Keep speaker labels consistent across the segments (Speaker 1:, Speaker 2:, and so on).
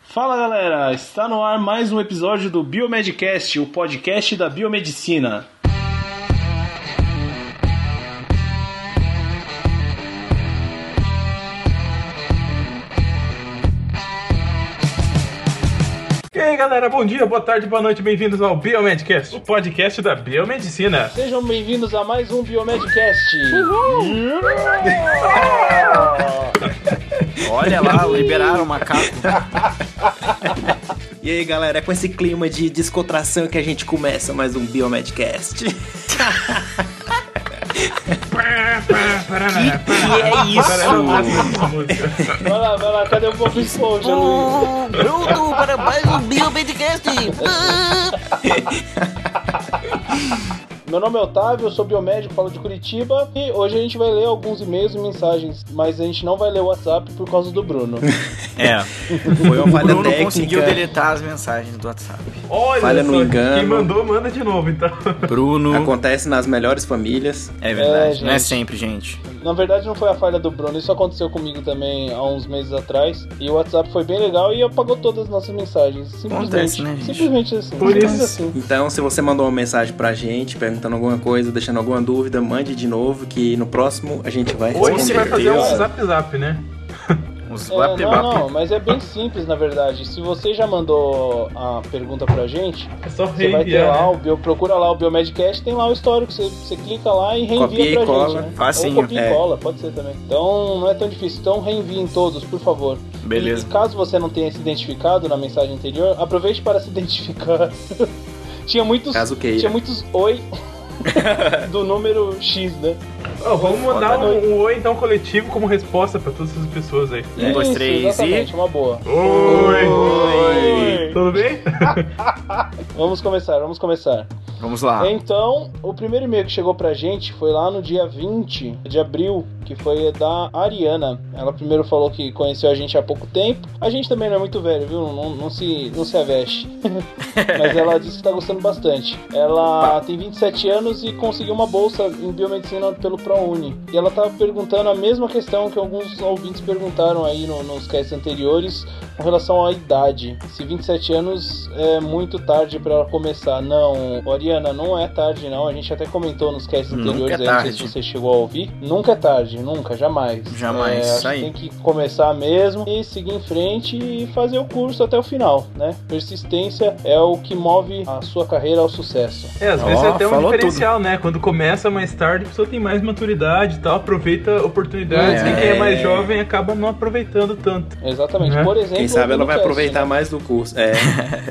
Speaker 1: Fala galera, está no ar mais um episódio do Biomedcast, o podcast da biomedicina.
Speaker 2: E aí galera, bom dia, boa tarde, boa noite, bem-vindos ao Biomedcast, o podcast da biomedicina.
Speaker 1: Sejam bem-vindos a mais um Biomedcast.
Speaker 3: Olha lá, liberaram o macaco.
Speaker 4: E aí, galera, é com esse clima de descontração que a gente começa mais um Biomedcast.
Speaker 3: E é isso.
Speaker 1: Vai lá, vai lá, cadê o Bob Esponja, Luiz?
Speaker 3: Pronto para mais um Biomedcast.
Speaker 1: Meu nome é Otávio, eu sou biomédico, falo de Curitiba e hoje a gente vai ler alguns e-mails e mensagens, mas a gente não vai ler o WhatsApp por causa do Bruno.
Speaker 3: É,
Speaker 4: Foi uma
Speaker 3: o
Speaker 4: falha
Speaker 3: Bruno conseguiu
Speaker 4: técnica.
Speaker 3: deletar as mensagens do WhatsApp.
Speaker 2: Olha
Speaker 4: Falha no
Speaker 2: só,
Speaker 4: engano.
Speaker 2: quem mandou, manda de novo então.
Speaker 3: Bruno.
Speaker 4: Acontece nas melhores famílias.
Speaker 3: É
Speaker 1: É,
Speaker 3: verdade,
Speaker 1: gente.
Speaker 3: não é sempre, gente.
Speaker 1: Na verdade, não foi a falha do Bruno, isso aconteceu comigo também há uns meses atrás. E o WhatsApp foi bem legal e apagou todas as nossas mensagens. Simplesmente.
Speaker 3: Acontece, né, gente?
Speaker 1: Simplesmente assim.
Speaker 2: Por
Speaker 1: simples
Speaker 2: isso-
Speaker 1: assim.
Speaker 4: Então, se você mandou uma mensagem pra gente, perguntando alguma coisa, deixando alguma dúvida, mande de novo que no próximo a gente vai
Speaker 2: Hoje a gente
Speaker 4: responder.
Speaker 2: vai fazer um
Speaker 1: certeza.
Speaker 2: zap zap, né?
Speaker 3: Os
Speaker 1: É,
Speaker 3: wap
Speaker 1: não, não,
Speaker 3: wap.
Speaker 1: mas é bem simples na verdade. Se você já mandou a pergunta pra gente,
Speaker 2: É só
Speaker 1: você vai ter
Speaker 2: reenviar.
Speaker 1: lá
Speaker 2: né?
Speaker 1: o bio, procura lá o Biomedcast, tem lá o histórico, você, você clica lá e reenvia
Speaker 4: Copia e
Speaker 1: pra gente,
Speaker 4: cola,
Speaker 1: né?
Speaker 3: facinho,
Speaker 1: Ou copia
Speaker 4: é.
Speaker 1: e cola, pode ser também. Então não é tão difícil, então reenviem todos, por favor.
Speaker 3: Beleza.
Speaker 1: E caso você não tenha se identificado na mensagem anterior, aproveite para se identificar. tinha muitos.
Speaker 4: Caso queira.
Speaker 1: Tinha muitos oi do número X, né?
Speaker 2: Ó, vamos mandar
Speaker 3: Foda,
Speaker 2: um, um oi então coletivo como resposta pra todas essas pessoas aí.
Speaker 3: Um, dois,
Speaker 1: Isso,
Speaker 3: três e-
Speaker 1: exatamente, uma boa.
Speaker 2: Oi!
Speaker 1: Oi.
Speaker 2: Tudo bem?
Speaker 1: Vamos começar, vamos começar.
Speaker 3: Vamos lá.
Speaker 1: Então, o primeiro e-mail que chegou pra gente foi lá no dia 20 de abril, que foi da Ariana. Ela primeiro falou que conheceu a gente há pouco tempo. A gente também não é muito velho, viu? Não, não se, não se aveste. Mas ela disse que tá gostando bastante. Ela tem 27 anos e conseguiu uma bolsa em biomedicina pelo ProUni. E ela tava perguntando a mesma questão que alguns ouvintes perguntaram aí no- nos casts anteriores com relação à idade. Se 27 anos é muito tarde pra ela começar. Não, Oriana, não é tarde não. A gente até comentou nos casts
Speaker 3: Nunca
Speaker 1: anteriores aí,
Speaker 3: é
Speaker 1: não sei se
Speaker 3: tarde.
Speaker 1: você chegou a ouvir. Nunca é tarde, nunca, jamais.
Speaker 3: Jamais,
Speaker 1: É,
Speaker 3: isso
Speaker 1: acho que
Speaker 3: aí.
Speaker 1: Tem que começar mesmo e seguir em frente e fazer o curso até o final, né? Persistência é o que move a sua carreira ao sucesso.
Speaker 2: É, às vezes
Speaker 3: Ó,
Speaker 2: é até um
Speaker 3: falou
Speaker 2: diferencial, né? Quando começa mais tarde, a pessoa tem mais maturidade e tal, aproveita oportunidades.
Speaker 3: É.
Speaker 2: E quem é mais jovem acaba não aproveitando tanto.
Speaker 1: Exatamente.
Speaker 2: Né?
Speaker 1: Por exemplo,
Speaker 4: Quem sabe ela vai
Speaker 1: no cast,
Speaker 4: aproveitar
Speaker 1: né?
Speaker 4: mais do curso. É,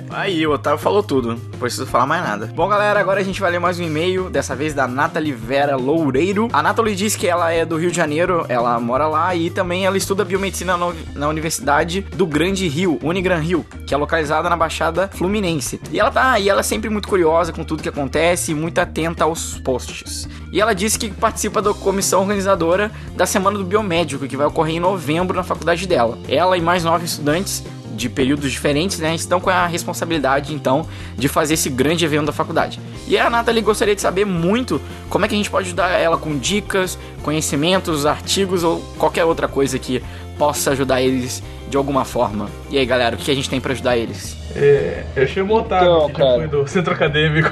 Speaker 3: Aí, o Otávio falou tudo. Não preciso falar mais nada. Bom, galera, agora a gente vai ler mais um e-mail, dessa vez da Nathalie Vera Loureiro. A Nathalie diz que ela é do Rio de Janeiro, ela mora lá e também ela estuda biomedicina no- na Universidade do Grande Rio, Unigran Rio, que é localizada na Baixada Fluminense. E ela tá, e ela é sempre muito curiosa com tudo que acontece e muito atenta aos posts. E ela disse que participa da comissão organizadora da Semana do Biomédico, que vai ocorrer em novembro na faculdade dela. Ela e mais nove estudantes de períodos diferentes, né, estão com a responsabilidade, então, de fazer esse grande evento da faculdade. E a Nathalie gostaria de saber muito como é que a gente pode ajudar ela com dicas, conhecimentos, artigos ou qualquer outra coisa que possa ajudar eles de alguma forma. E aí, galera, o que a gente tem pra ajudar eles?
Speaker 2: É, eu chamo o Otávio,
Speaker 1: Então,
Speaker 2: que
Speaker 1: cara.
Speaker 2: já foi do centro acadêmico,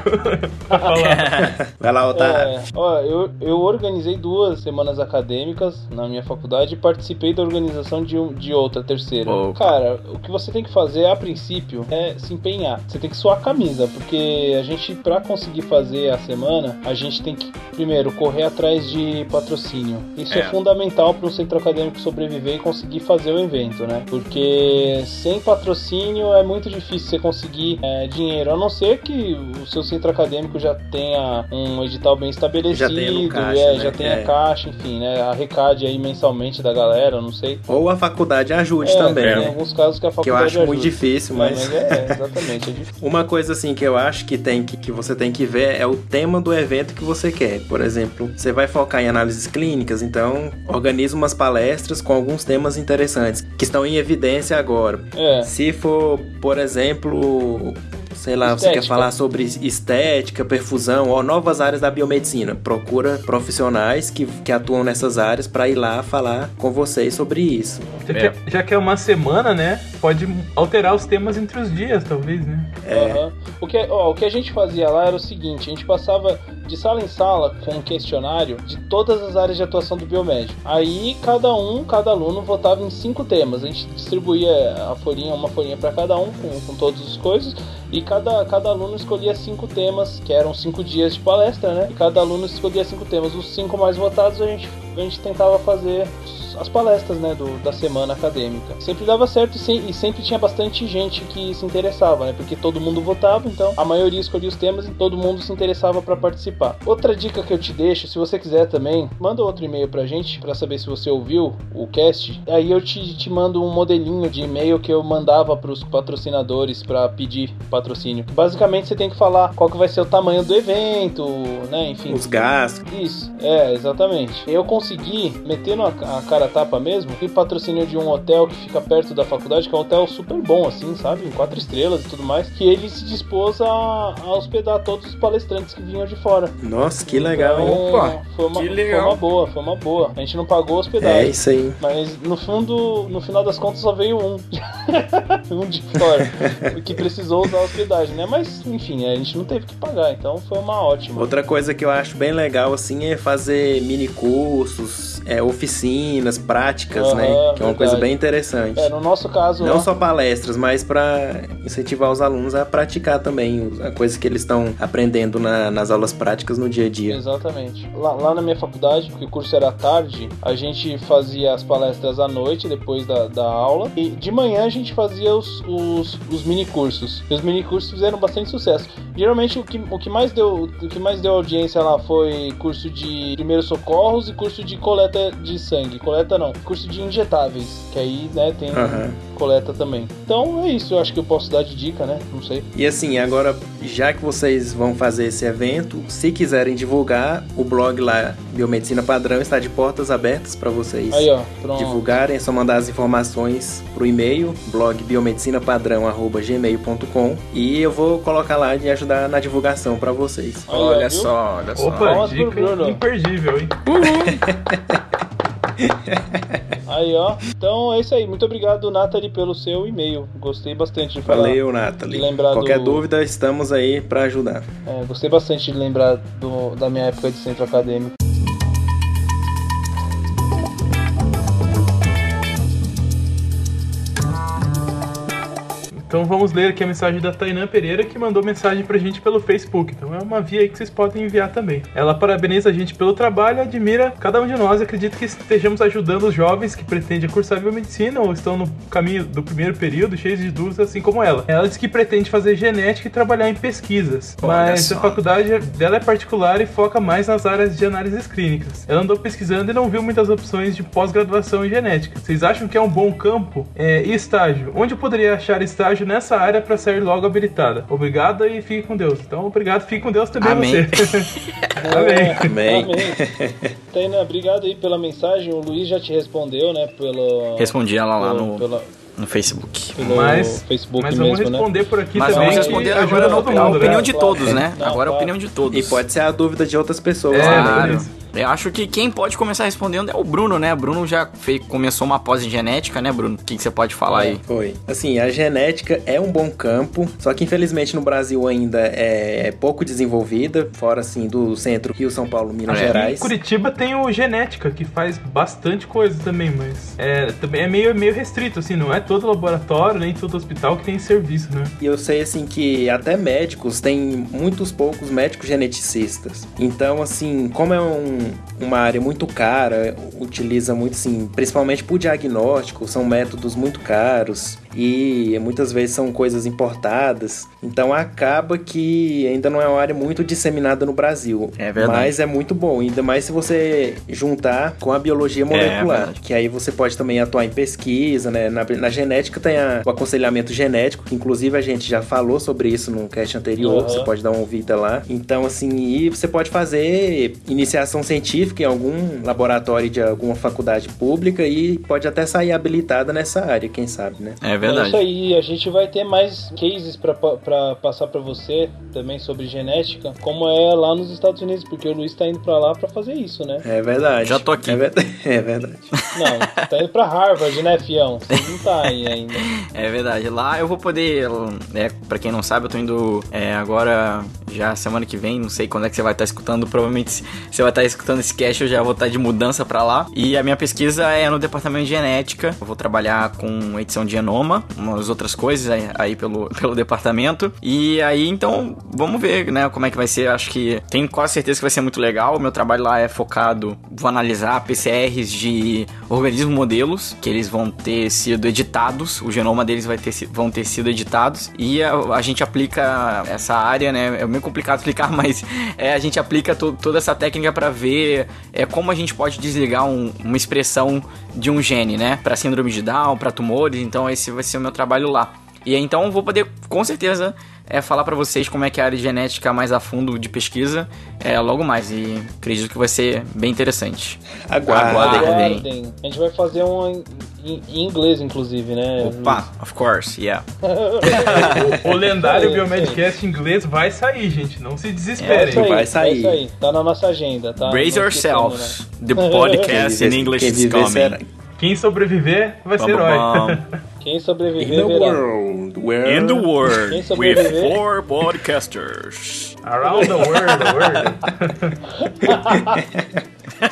Speaker 2: pra falar.
Speaker 4: vai lá, Otávio.
Speaker 1: É, ó, eu, eu organizei duas semanas acadêmicas na minha faculdade e participei da organização de, um- de outra, terceira.
Speaker 3: Opa.
Speaker 1: Cara, o que você tem que fazer a princípio é se empenhar. Você tem que suar a camisa, porque a gente, pra conseguir fazer a semana, a gente tem que, primeiro, correr atrás de patrocínio. Isso é,
Speaker 3: É.
Speaker 1: fundamental para um centro acadêmico sobreviver e conseguir fazer o evento, né? Porque sem patrocínio é muito difícil você conseguir é, dinheiro, a não ser que o seu centro acadêmico já tenha um edital bem estabelecido
Speaker 4: Já tem no caixa,
Speaker 1: é,
Speaker 4: né?
Speaker 1: já tem a
Speaker 4: É.
Speaker 1: caixa, enfim, né? Arrecade aí mensalmente da galera, eu não sei.
Speaker 4: Ou a faculdade ajude
Speaker 1: É,
Speaker 4: também,
Speaker 1: tem
Speaker 4: né?
Speaker 1: alguns casos que a
Speaker 4: Que eu
Speaker 1: faculdade
Speaker 4: acho muito
Speaker 1: ajuda.
Speaker 4: difícil,
Speaker 1: É,
Speaker 4: mas...
Speaker 1: mas é, é, exatamente, é difícil.
Speaker 4: Uma coisa assim que eu acho que tem que, que você tem que ver é o tema do evento que você quer. Por exemplo, você vai focar em análises clínicas, então organiza umas palestras com alguns temas interessantes que estão em evidência agora.
Speaker 1: É,
Speaker 4: Se for, por exemplo, Sei lá, você quer
Speaker 1: Estética.
Speaker 4: falar sobre estética, perfusão, ó, novas áreas da biomedicina. Procura profissionais que, que atuam nessas áreas pra ir lá falar com vocês sobre isso.
Speaker 2: Já que, já que é uma semana, né? Pode alterar os temas entre os dias, talvez, né?
Speaker 4: É.
Speaker 1: Aham. O, que, ó, o que a gente fazia lá era o seguinte: a gente passava de sala em sala com um questionário de todas as áreas de atuação do biomédico. Aí cada um, cada aluno, votava em cinco temas. A gente distribuía a folhinha, uma folhinha para cada um, com, com todas as coisas. E cada, cada aluno escolhia cinco temas, que eram cinco dias de palestra, né? E cada aluno escolhia cinco temas. Os cinco mais votados a gente, a gente tentava fazer as palestras, né, do, da semana acadêmica. Sempre dava certo e, sem- e sempre tinha bastante gente que se interessava, né? Porque todo mundo votava, então a maioria escolhia os temas e todo mundo se interessava para participar. Outra dica que eu te deixo, se você quiser também, manda outro e-mail pra gente para saber se você ouviu o cast. Aí eu te, te mando um modelinho de e-mail que eu mandava para os patrocinadores para pedir patrocínio. Basicamente você tem que falar qual que vai ser o tamanho do evento, né? Enfim.
Speaker 4: Os gastos.
Speaker 1: Isso, é, exatamente. Eu consegui, metendo a, a cara a tapa mesmo, fui patrocínio de um hotel que fica perto da faculdade, que é um hotel super bom, assim, sabe? Em quatro estrelas e tudo mais, que ele se dispôs a, a hospedar todos os palestrantes que vinham de fora.
Speaker 4: Nossa, que legal, hein?
Speaker 1: Então,
Speaker 3: Opa,
Speaker 1: foi uma,
Speaker 3: que
Speaker 1: Foi
Speaker 3: legal.
Speaker 1: uma boa, foi uma boa. A gente não pagou
Speaker 4: É
Speaker 1: hospedagem.
Speaker 4: isso aí.
Speaker 1: Mas no fundo, no final das contas só veio um. um de fora. o que precisou usar a hospedagem, né? Mas enfim, a gente não teve que pagar, então foi uma ótima.
Speaker 4: Outra coisa que eu acho bem legal assim é fazer mini cursos, é, oficinas, práticas,
Speaker 1: Aham,
Speaker 4: né? Que é uma
Speaker 1: verdade.
Speaker 4: coisa bem interessante.
Speaker 1: É, no nosso caso,
Speaker 4: Não
Speaker 1: lá-
Speaker 4: só palestras, mas para incentivar os alunos a praticar também o- a coisa que eles estão aprendendo na- nas aulas práticas no dia a dia.
Speaker 1: Exatamente. Lá, lá na minha faculdade, porque o curso era à tarde, a gente fazia as palestras à noite, depois da, da aula. E de manhã a gente fazia os, os, os minicursos. E os minicursos fizeram bastante sucesso. Geralmente o que, o que mais deu o que mais deu audiência lá foi curso de primeiros socorros e curso de coleta de sangue. Coleta não, curso de injetáveis. Que aí, né, tem
Speaker 4: Aham.
Speaker 1: coleta também. Então é isso, eu acho que eu posso dar de dica, né? Não sei.
Speaker 4: E assim, agora, já que vocês vão fazer esse evento, se quiserem divulgar, o blog lá, Biomedicina Padrão, está de portas abertas para vocês.
Speaker 1: Aí, ó, pronto.
Speaker 4: divulgarem, é só mandar as informações pro e-mail, blog biomedicinapadrão@gmail.com e eu vou colocar lá de ajudar na divulgação pra vocês.
Speaker 1: Aí, ó,
Speaker 3: Olha
Speaker 1: viu?
Speaker 3: só, olha só.
Speaker 2: Opa,
Speaker 1: Palmas pro
Speaker 2: dica
Speaker 1: Bruno.
Speaker 2: imperdível, hein?
Speaker 1: Aí, ó. Então é isso aí. Muito obrigado, Nathalie, pelo seu e-mail. Gostei bastante de falar.
Speaker 4: Valeu, Nathalie.
Speaker 1: Lembrar
Speaker 4: Qualquer
Speaker 1: do-
Speaker 4: dúvida, estamos aí pra ajudar.
Speaker 1: É, gostei bastante de lembrar do- da minha época de centro acadêmico.
Speaker 2: Então vamos ler aqui a mensagem da Tainã Pereira que mandou mensagem pra gente pelo Facebook. Então é uma via aí que vocês podem enviar também. Ela parabeniza a gente pelo trabalho, admira cada um de nós e acredita que estejamos ajudando os jovens que pretendem cursar biomedicina ou estão no caminho do primeiro período, cheios de dúvidas, assim como ela. Ela diz que pretende fazer genética e trabalhar em pesquisas,
Speaker 3: Olha
Speaker 2: mas
Speaker 3: só.
Speaker 2: a faculdade dela é particular e foca mais nas áreas de análises clínicas. Ela andou pesquisando e não viu muitas opções de pós-graduação em genética. Vocês acham que é um bom campo? É, e estágio? Onde eu poderia achar estágio nessa área para sair logo habilitada? Obrigado e fique com Deus. Então, obrigado, fique com Deus também
Speaker 3: Amém.
Speaker 2: você. Amém.
Speaker 4: Amém.
Speaker 1: Taina, obrigado aí pela mensagem. O Luiz já te respondeu, né? Pelo.
Speaker 3: Respondi ela lá
Speaker 1: pelo,
Speaker 3: no,
Speaker 1: pela-
Speaker 3: no Facebook.
Speaker 1: pelo
Speaker 2: Mas-
Speaker 1: Facebook
Speaker 2: Mas vamos
Speaker 1: mesmo, né?
Speaker 2: responder por aqui
Speaker 3: Mas
Speaker 2: também.
Speaker 3: vamos
Speaker 2: que
Speaker 3: responder
Speaker 2: ajuda
Speaker 3: agora
Speaker 2: todo
Speaker 3: no- a
Speaker 2: mundo,
Speaker 3: opinião
Speaker 2: né? tá.
Speaker 3: de todos, né?
Speaker 1: Não,
Speaker 3: agora a
Speaker 1: claro.
Speaker 3: opinião de todos.
Speaker 4: E pode ser a dúvida de outras pessoas,
Speaker 2: É,
Speaker 4: né?
Speaker 2: por
Speaker 3: Claro.
Speaker 2: isso.
Speaker 3: Eu acho que quem pode começar respondendo é o Bruno, né? O Bruno já fez, começou uma pós em genética, né, Bruno? O que, que você pode falar aí?
Speaker 4: Foi. Assim, a genética é um bom campo, só que infelizmente no Brasil ainda é pouco desenvolvida, fora assim do centro Rio, São Paulo, Minas
Speaker 3: É.
Speaker 2: Em
Speaker 4: Gerais.
Speaker 2: Curitiba tem o Genética, que faz bastante coisa também, mas é, também é meio, meio restrito, assim, não é todo laboratório, nem todo hospital que tem esse serviço, né?
Speaker 4: E eu sei assim que até médicos tem muitos poucos médicos geneticistas. Então, assim, como é um- uma área muito cara, utiliza muito assim, principalmente pro diagnóstico, são métodos muito caros e muitas vezes são coisas importadas. Então acaba que ainda não é uma área muito disseminada no Brasil.
Speaker 3: É verdade.
Speaker 4: Mas é muito bom, ainda mais se você juntar com a biologia molecular,
Speaker 3: É verdade.
Speaker 4: que aí você pode também atuar em pesquisa, né? Na, na genética tem a- o aconselhamento genético, que inclusive a gente já falou sobre isso num cast anterior,
Speaker 1: Aham.
Speaker 4: você pode dar uma ouvida lá. Então, assim, e você pode fazer iniciação científica em algum laboratório de alguma faculdade pública e pode até sair habilitada nessa área, quem sabe, né?
Speaker 3: É
Speaker 1: É
Speaker 3: verdade.
Speaker 1: isso aí, a gente vai ter mais cases pra- pra passar pra você também sobre genética, como é lá nos Estados Unidos, porque o Luiz tá indo pra lá pra fazer isso, né?
Speaker 4: É verdade.
Speaker 3: Já tô aqui.
Speaker 4: É, ver- é verdade.
Speaker 1: Não, você tá indo pra Harvard, né, fião? Você não tá aí ainda.
Speaker 3: É verdade. Lá eu vou poder. É, pra quem não sabe, eu tô indo é, agora, já semana que vem, não sei quando é que você vai estar escutando. Provavelmente se você vai estar escutando esse cast, eu já vou estar de mudança pra lá. E a minha pesquisa é no departamento de genética. Eu vou trabalhar com edição de genoma, umas outras coisas aí, aí pelo, pelo departamento. E aí, então, vamos ver, né, como é que vai ser. Acho que tenho quase certeza que vai ser muito legal. O meu trabalho lá é focado, vou analisar PCRs de organismos modelos, que eles vão ter sido editados, o genoma deles vai ter, si- vão ter sido editados, e a, a gente aplica essa área, né? É meio complicado explicar, mas é, a gente aplica to- toda essa técnica para ver é, como a gente pode desligar um- uma expressão de um gene, né? Para síndrome de Down, para tumores, então esse vai ser o meu trabalho lá. E aí, então eu vou poder, com certeza, é, falar pra vocês como é que é a área de genética mais a fundo de pesquisa é, logo mais. E acredito que vai ser bem interessante.
Speaker 4: Aguardem.
Speaker 3: Aguardem.
Speaker 1: Aguardem. A gente vai fazer um em, em- em inglês, inclusive, né?
Speaker 3: Opa, of course, yeah.
Speaker 2: O lendário
Speaker 1: Sim, sim.
Speaker 2: Biomedcast inglês vai sair, gente. Não se
Speaker 1: É
Speaker 2: desesperem.
Speaker 1: isso aí,
Speaker 4: Vai
Speaker 1: vai sair.
Speaker 4: sair.
Speaker 1: Tá na nossa agenda, tá?
Speaker 3: Brace
Speaker 1: Não esquecemos,
Speaker 3: yourselves.
Speaker 1: né?
Speaker 3: The podcast
Speaker 4: Quem
Speaker 3: in
Speaker 4: viver-
Speaker 3: English
Speaker 4: quem
Speaker 3: is
Speaker 4: viver
Speaker 3: coming.
Speaker 4: será-
Speaker 2: Quem sobreviver vai ser herói.
Speaker 3: Bam,
Speaker 1: Quem
Speaker 4: In the
Speaker 1: sobreviver verá.
Speaker 4: world, where...
Speaker 3: In the
Speaker 1: Quem
Speaker 3: world with
Speaker 1: sobreviver?
Speaker 3: four podcasters.
Speaker 2: Around the world, the world.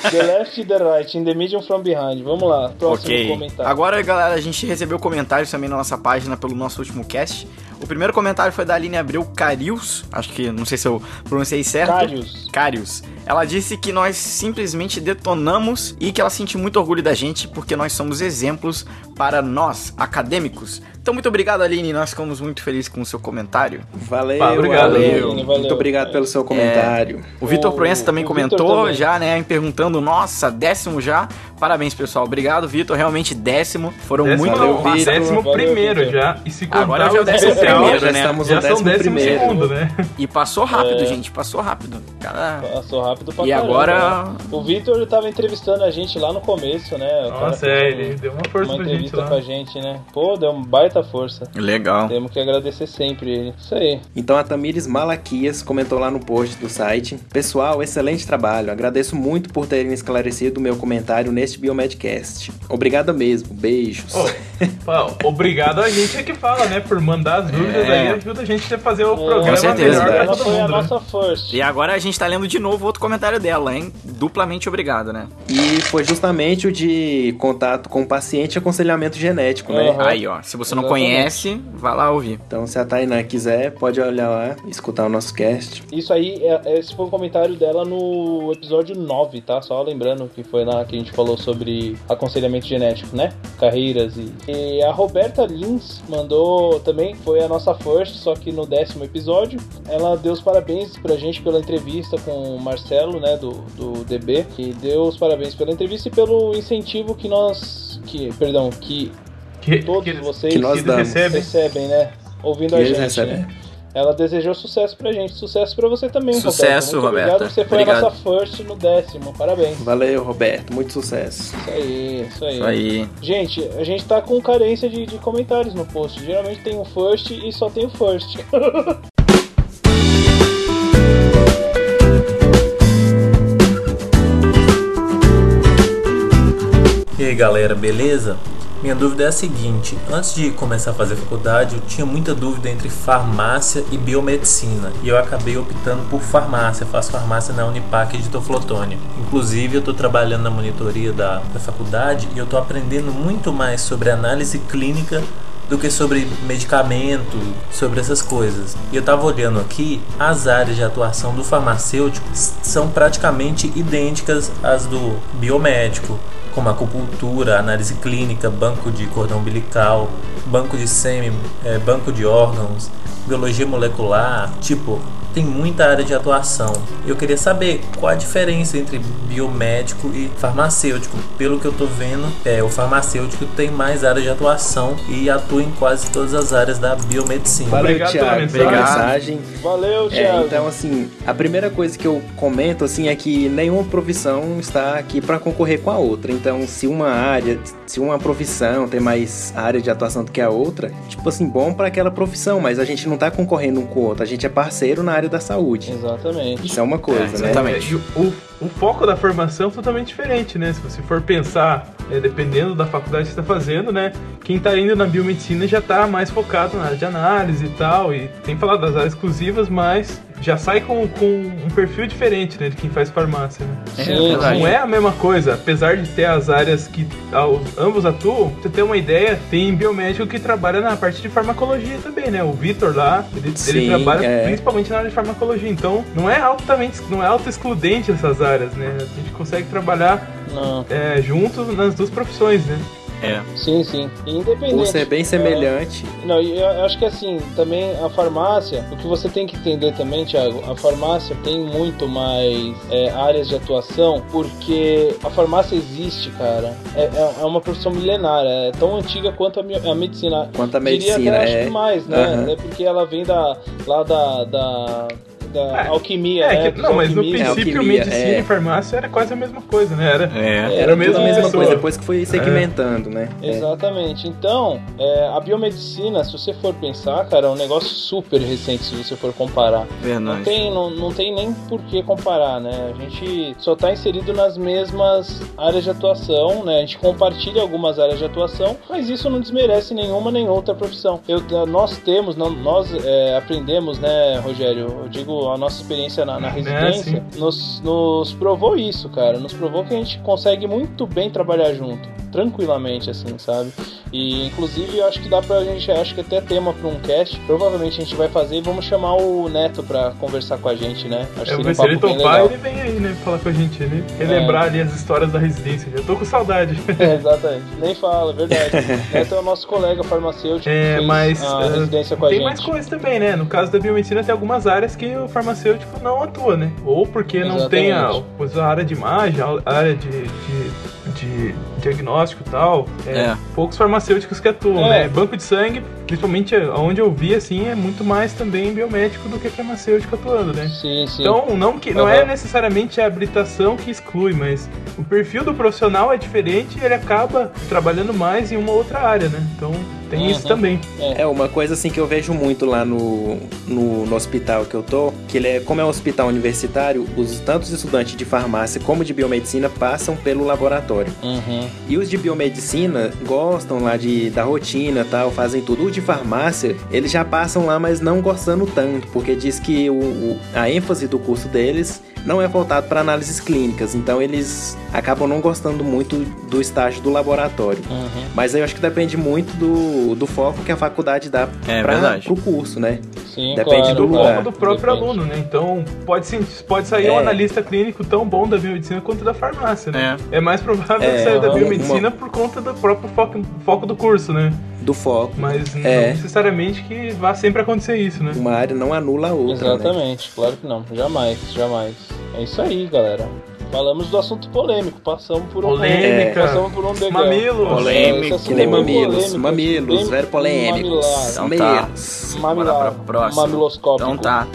Speaker 1: The left, the right, in the medium from behind. Vamos lá, próximo
Speaker 3: Ok.
Speaker 1: comentário.
Speaker 3: Agora, galera, a gente recebeu comentários também na nossa página pelo nosso último cast. O primeiro comentário foi da Aline Abreu Carius. Acho que não sei se eu pronunciei certo.
Speaker 1: Cários.
Speaker 3: Carius. Ela disse que nós simplesmente detonamos e que ela sente muito orgulho da gente porque nós somos exemplos para nós, acadêmicos. Então, muito obrigado, Aline. Nós ficamos muito felizes com o seu comentário.
Speaker 4: Valeu,
Speaker 2: Pá, obrigado,
Speaker 4: valeu.
Speaker 1: Aline, valeu.
Speaker 4: Muito obrigado pelo
Speaker 3: É.
Speaker 4: seu comentário.
Speaker 3: O Vitor
Speaker 1: O-
Speaker 3: Proença também
Speaker 1: o Vitor
Speaker 3: comentou
Speaker 1: também.
Speaker 3: já, né? Perguntando, nossa, décimo já. Parabéns, pessoal. Obrigado, Vitor. Realmente décimo. Foram
Speaker 2: Décimo,
Speaker 3: Então, muito
Speaker 4: Valeu,
Speaker 2: não,
Speaker 4: Vitor.
Speaker 2: décimo
Speaker 1: Valeu,
Speaker 2: primeiro
Speaker 1: Vitor.
Speaker 2: já. E se contar
Speaker 3: Agora já é o décimo
Speaker 2: social,
Speaker 3: primeiro,
Speaker 4: já
Speaker 3: né?
Speaker 4: estamos
Speaker 2: Já
Speaker 4: no
Speaker 2: são
Speaker 4: décimo,
Speaker 2: décimo
Speaker 4: primeiro.
Speaker 2: segundo, né?
Speaker 3: E passou rápido, gente. Passou rápido. Cara,
Speaker 1: É. Passou rápido pra
Speaker 3: E
Speaker 1: caramba.
Speaker 3: agora-
Speaker 1: O Vitor tava entrevistando a gente lá no começo, né? O cara
Speaker 2: Nossa,
Speaker 1: fez
Speaker 2: é,
Speaker 1: um-
Speaker 2: ele deu uma
Speaker 1: uma
Speaker 2: força pra gente
Speaker 1: entrevista
Speaker 2: lá.
Speaker 1: pra gente, né? Pô, deu uma baita força.
Speaker 3: legal.
Speaker 1: Temos que agradecer sempre ele. Isso aí.
Speaker 4: Então a Tamires Malaquias comentou lá no post do site: Pessoal, excelente trabalho. Agradeço muito por terem esclarecido o meu comentário neste Biomedcast. Obrigada mesmo. Beijos.
Speaker 2: Ô, Paulo, obrigado a gente é que fala, né? Por mandar as dúvidas
Speaker 3: É.
Speaker 2: aí, ajuda a gente a fazer o
Speaker 1: Com
Speaker 2: programa
Speaker 3: certeza,
Speaker 2: melhor pra
Speaker 1: É, Ela
Speaker 2: todo
Speaker 1: foi a
Speaker 2: mundo. né?
Speaker 1: nossa first.
Speaker 3: E agora a gente tá lendo de novo outro comentário dela, hein? Duplamente obrigado, né?
Speaker 4: E foi justamente o de contato com o paciente e aconselhamento genético, né?
Speaker 1: Aham.
Speaker 3: Aí, ó. Se você não
Speaker 1: Exatamente.
Speaker 3: conhece, vai lá ouvir.
Speaker 4: Então, se a Tainá quiser, pode olhar lá, escutar o nosso cast.
Speaker 1: Isso aí, é- esse foi o comentário dela no episódio 9, tá? Só lembrando que foi lá que a gente falou sobre aconselhamento genético, né? Carreiras e. E a Roberta Lins mandou também, foi a nossa first, só que no décimo episódio. Ela deu os parabéns pra gente pela entrevista com o Marcelo, né? Do, do DB. E deu os parabéns pela entrevista e pelo incentivo que nós. Que, perdão, que
Speaker 2: Que,
Speaker 1: todos
Speaker 2: que eles
Speaker 1: vocês
Speaker 4: que nós damos.
Speaker 2: recebem.
Speaker 1: recebem, né? Ouvindo
Speaker 4: Que
Speaker 1: a
Speaker 4: eles
Speaker 1: gente.
Speaker 4: recebem.
Speaker 1: né? Ela desejou sucesso pra gente. Sucesso pra você também,
Speaker 3: Sucesso,
Speaker 1: Roberto. Muito
Speaker 3: Roberta.
Speaker 1: Obrigado, você foi
Speaker 3: Obrigado.
Speaker 1: a nossa first no décimo. Parabéns.
Speaker 4: Valeu, Roberto. Muito sucesso.
Speaker 1: Isso aí, isso aí.
Speaker 3: Isso aí.
Speaker 1: Gente, a gente tá com carência de, de comentários no post. Geralmente tem um first e só tem o first.
Speaker 5: E aí galera, beleza? Minha dúvida é a seguinte: antes de começar a fazer faculdade, eu tinha muita dúvida entre farmácia e biomedicina, e eu acabei optando por farmácia. Faço farmácia na Unipac de Toflotone. Inclusive, eu estou trabalhando na monitoria da, da faculdade e eu estou aprendendo muito mais sobre análise clínica do que sobre medicamento, sobre essas coisas. E eu tava olhando aqui, as áreas de atuação do farmacêutico s- são praticamente idênticas às do biomédico, como acupuntura, análise clínica, banco de cordão umbilical, banco de sêmen, eh, banco de órgãos, biologia molecular, tipo, tem muita área de atuação. Eu queria saber qual a diferença entre biomédico e farmacêutico. Pelo que eu tô vendo, é, o farmacêutico tem mais área de atuação e atua em quase todas as áreas da biomedicina.
Speaker 4: Valeu,
Speaker 2: Obrigado pela
Speaker 4: Thiago, pela
Speaker 2: mensagem.
Speaker 4: mensagem.
Speaker 1: Valeu,
Speaker 4: É,
Speaker 1: Thiago.
Speaker 4: então, assim, a primeira coisa que eu comento, assim, é que nenhuma profissão está aqui para concorrer com a outra. Então, se uma área, se uma profissão tem mais área de atuação do que a outra, tipo assim, bom para aquela profissão, mas a gente não tá concorrendo um com o outro, a gente é parceiro na área da saúde.
Speaker 1: Exatamente.
Speaker 4: Isso é uma coisa, né?
Speaker 3: exatamente.
Speaker 2: E o, o foco da formação é totalmente diferente, né? Se você for pensar, é, dependendo da faculdade que você está fazendo, né? Quem está indo na biomedicina já está mais focado na área de análise e tal, e tem falado das áreas exclusivas, mas já sai com, com um perfil diferente, né? De quem faz farmácia, né?
Speaker 1: Sim,
Speaker 4: Tá
Speaker 3: verdade.
Speaker 2: Não é a mesma coisa, apesar de ter as áreas que ao- ambos atuam, pra você tem uma ideia, tem biomédico que trabalha na parte de farmacologia também, né? O Vitor lá, ele, ele
Speaker 4: Sim,
Speaker 2: trabalha
Speaker 4: é.
Speaker 2: principalmente na área de farmacologia, então não é altamente, não é auto-excludente essas áreas, né? A gente consegue trabalhar
Speaker 1: Não.
Speaker 2: é, junto nas duas profissões, né?
Speaker 3: É,
Speaker 1: Sim, sim. Independente.
Speaker 4: Por ser bem semelhante,
Speaker 1: Não, e eu acho que assim, também a farmácia, o que você tem que entender também, Thiago, a farmácia tem muito mais é, áreas de atuação, porque a farmácia existe, cara. É, é- é uma profissão milenária, é tão antiga quanto a, mi- a medicina.
Speaker 4: quanto à
Speaker 1: Diria
Speaker 4: medicina,
Speaker 1: até, acho
Speaker 4: é.
Speaker 1: que mais, né?
Speaker 4: Aham.
Speaker 1: Até porque ela vem da, lá da, da, da
Speaker 2: É,
Speaker 1: alquimia,
Speaker 2: é,
Speaker 1: né?
Speaker 2: que,
Speaker 1: dos
Speaker 2: não, mas no
Speaker 1: alquimistas.
Speaker 4: É,
Speaker 2: princípio,
Speaker 4: alquimia,
Speaker 2: medicina
Speaker 4: é.
Speaker 2: e farmácia era quase a mesma coisa, né? Era,
Speaker 3: É.
Speaker 2: era a mesma
Speaker 4: tudo a mesma
Speaker 2: pessoa. É.
Speaker 4: coisa, depois que foi segmentando, né? É.
Speaker 1: então, Exatamente. Então, é, a biomedicina, se você for pensar, cara, é um negócio super recente se você for comparar. Não
Speaker 3: Verdade.
Speaker 1: tem, não, não tem nem por que comparar, né? A gente só tá inserido nas mesmas áreas de atuação, né? A gente compartilha algumas áreas de atuação, mas isso não desmerece nenhuma nem outra profissão. Eu, nós temos, não- nós é, aprendemos, né, Rogério? Eu digo, a nossa experiência na, na
Speaker 2: É,
Speaker 1: residência nos, nos provou isso, cara. Nos provou que a gente consegue muito bem trabalhar junto, tranquilamente, assim, sabe? E inclusive eu acho que dá pra gente, acho que até tema pra um cast. Provavelmente a gente vai fazer e vamos chamar o Neto pra conversar com a gente, né? Acho
Speaker 2: É, mas se ele topar, ele vem aí, né? Falar com a gente, ele
Speaker 4: É.
Speaker 2: relembrar ali as histórias da residência. Já tô com saudade.
Speaker 1: É, exatamente. Nem fala, é verdade. Neto é o nosso colega farmacêutico
Speaker 2: É,
Speaker 1: que fez
Speaker 2: mas,
Speaker 1: a
Speaker 2: eh,
Speaker 1: residência com a
Speaker 2: Tem
Speaker 1: gente.
Speaker 2: mais coisas também, né? No caso da biomedicina, tem algumas áreas que o farmacêutico não atua, né? Ou porque não tem a, pois a área de imagem, a área de, de, de diagnóstico e tal. É,
Speaker 3: É.
Speaker 2: Poucos farmacêuticos que atuam,
Speaker 1: É.
Speaker 2: né? Banco de sangue, principalmente onde eu vi, assim, é muito mais também biomédico do que farmacêutico atuando, né?
Speaker 1: Sim, sim.
Speaker 2: Então, não, que, não é
Speaker 1: Aham.
Speaker 2: necessariamente a habilitação que exclui, mas o perfil do profissional é diferente e ele acaba trabalhando mais em uma outra área, né? Então, tem isso
Speaker 1: Uhum.
Speaker 2: também.
Speaker 4: É uma coisa assim que eu vejo muito lá no, no, no hospital que eu tô, que ele é, como é um hospital universitário, os tantos estudantes de farmácia como de biomedicina passam pelo laboratório.
Speaker 1: Uhum.
Speaker 4: E os de biomedicina gostam lá de, da rotina tal, fazem tudo. O de farmácia, eles já passam lá, mas não gostando tanto, porque diz que o, o- a ênfase do curso deles não é voltado para análises clínicas, então eles acabam não gostando muito do estágio do laboratório.
Speaker 1: Uhum.
Speaker 4: Mas aí eu acho que depende muito do, do foco que a faculdade dá
Speaker 3: É
Speaker 4: para
Speaker 3: verdade.
Speaker 4: pro curso, né?
Speaker 1: Sim,
Speaker 4: Depende
Speaker 1: claro,
Speaker 2: Do
Speaker 4: Claro.
Speaker 1: claro.
Speaker 2: foco do próprio
Speaker 1: Depende.
Speaker 2: aluno, né? Então, pode, sim- pode sair um
Speaker 4: É.
Speaker 2: analista clínico tão bom da biomedicina quanto da farmácia, né?
Speaker 3: É.
Speaker 2: É, mais provável
Speaker 4: É,
Speaker 2: que saia da
Speaker 4: uma-
Speaker 2: biomedicina por conta do próprio foco, foco do curso, né?
Speaker 4: Do foco.
Speaker 2: Mas não
Speaker 4: É.
Speaker 2: necessariamente que vá sempre acontecer isso, né?
Speaker 4: Uma área não anula a outra, né?
Speaker 1: Exatamente, claro que não. Jamais, jamais. É isso aí, galera. Falamos do assunto polêmico, passamos por um
Speaker 2: Polêmica.
Speaker 1: passamos por um degrau.
Speaker 2: Mamilos.
Speaker 3: Polêmico.
Speaker 1: Esse assunto
Speaker 4: Que nem
Speaker 1: é
Speaker 4: mamilos,
Speaker 1: polêmico,
Speaker 4: mamilos,
Speaker 1: bem
Speaker 4: velho polêmicos.
Speaker 1: mamilar.
Speaker 3: Então tá.
Speaker 4: Mamilos.
Speaker 1: Mamilar,
Speaker 3: Bora pra próxima.
Speaker 1: mamiloscópico.
Speaker 3: Então tá.